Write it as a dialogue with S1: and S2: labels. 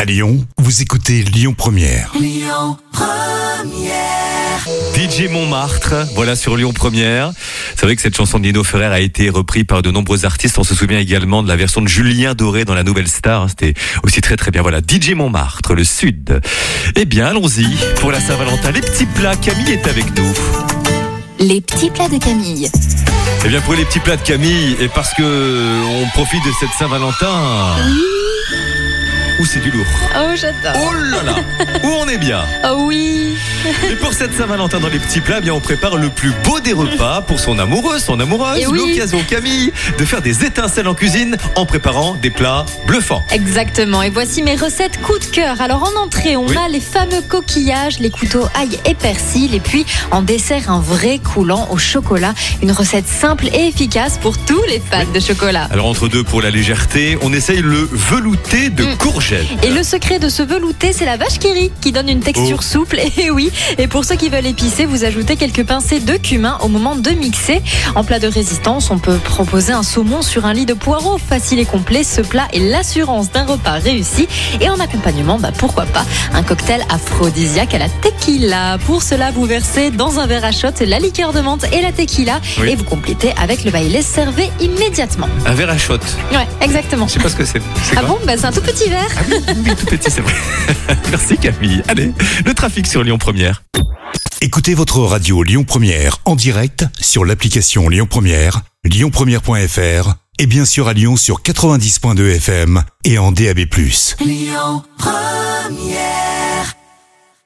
S1: À Lyon, vous écoutez Lyon Première.
S2: DJ Montmartre, voilà sur Lyon Première. C'est vrai que cette chanson de Nino Ferrer a été reprise par de nombreux artistes. On se souvient également de la version de Julien Doré dans La Nouvelle Star. hein. C'était aussi très très bien. Voilà, DJ Montmartre, le Sud. Eh bien, allons-y pour la Saint-Valentin. Les petits plats, Camille est avec nous.
S3: Les petits plats de Camille.
S2: Eh bien, pour les petits plats de Camille, et parce que on profite de cette Saint-Valentin. Où c'est du lourd.
S3: Oh, j'adore.
S2: Oh là là, où on est bien.
S3: Oh oui.
S2: Et pour cette Saint-Valentin dans les petits plats, eh bien on prépare le plus beau des repas pour son amoureux, son amoureuse.
S3: Eh oui.
S2: L'occasion, Camille, de faire des étincelles en cuisine en préparant des plats bluffants.
S3: Exactement. Et voici mes recettes coup de cœur. Alors en entrée, on
S2: Oui.
S3: a les fameux coquillages, les couteaux ail et persil. Et puis en dessert, un vrai coulant au chocolat. Une recette simple et efficace pour tous les fans de chocolat.
S2: Alors entre deux pour la légèreté, on essaye le velouté de
S3: Mm.
S2: courgette.
S3: Et le secret de ce velouté, c'est la vache qui rit, qui donne une texture
S2: Oh.
S3: souple. Et oui, et pour ceux qui veulent épicer, vous ajoutez quelques pincées de cumin au moment de mixer. En plat de résistance, on peut proposer un saumon sur un lit de poireaux. Facile et complet, ce plat est l'assurance d'un repas réussi. Et en accompagnement, bah, pourquoi pas, un cocktail aphrodisiaque à la tequila. Pour cela, vous versez dans un verre à shot la liqueur de menthe et la tequila.
S2: Oui.
S3: Et vous complétez avec le bailé servez immédiatement.
S2: Un verre à shot.
S3: Ouais, exactement.
S2: Je sais pas ce que c'est. C'est
S3: Ah
S2: quoi
S3: bon, bah, c'est un tout petit verre.
S2: Ah oui, oui, oui, tout petit, c'est vrai. Merci Camille. Allez, le trafic sur Lyon Première.
S1: Écoutez votre radio Lyon Première en direct sur l'application Lyon Première, lyonpremière.fr et bien sûr à Lyon sur 90.2 FM et en DAB+.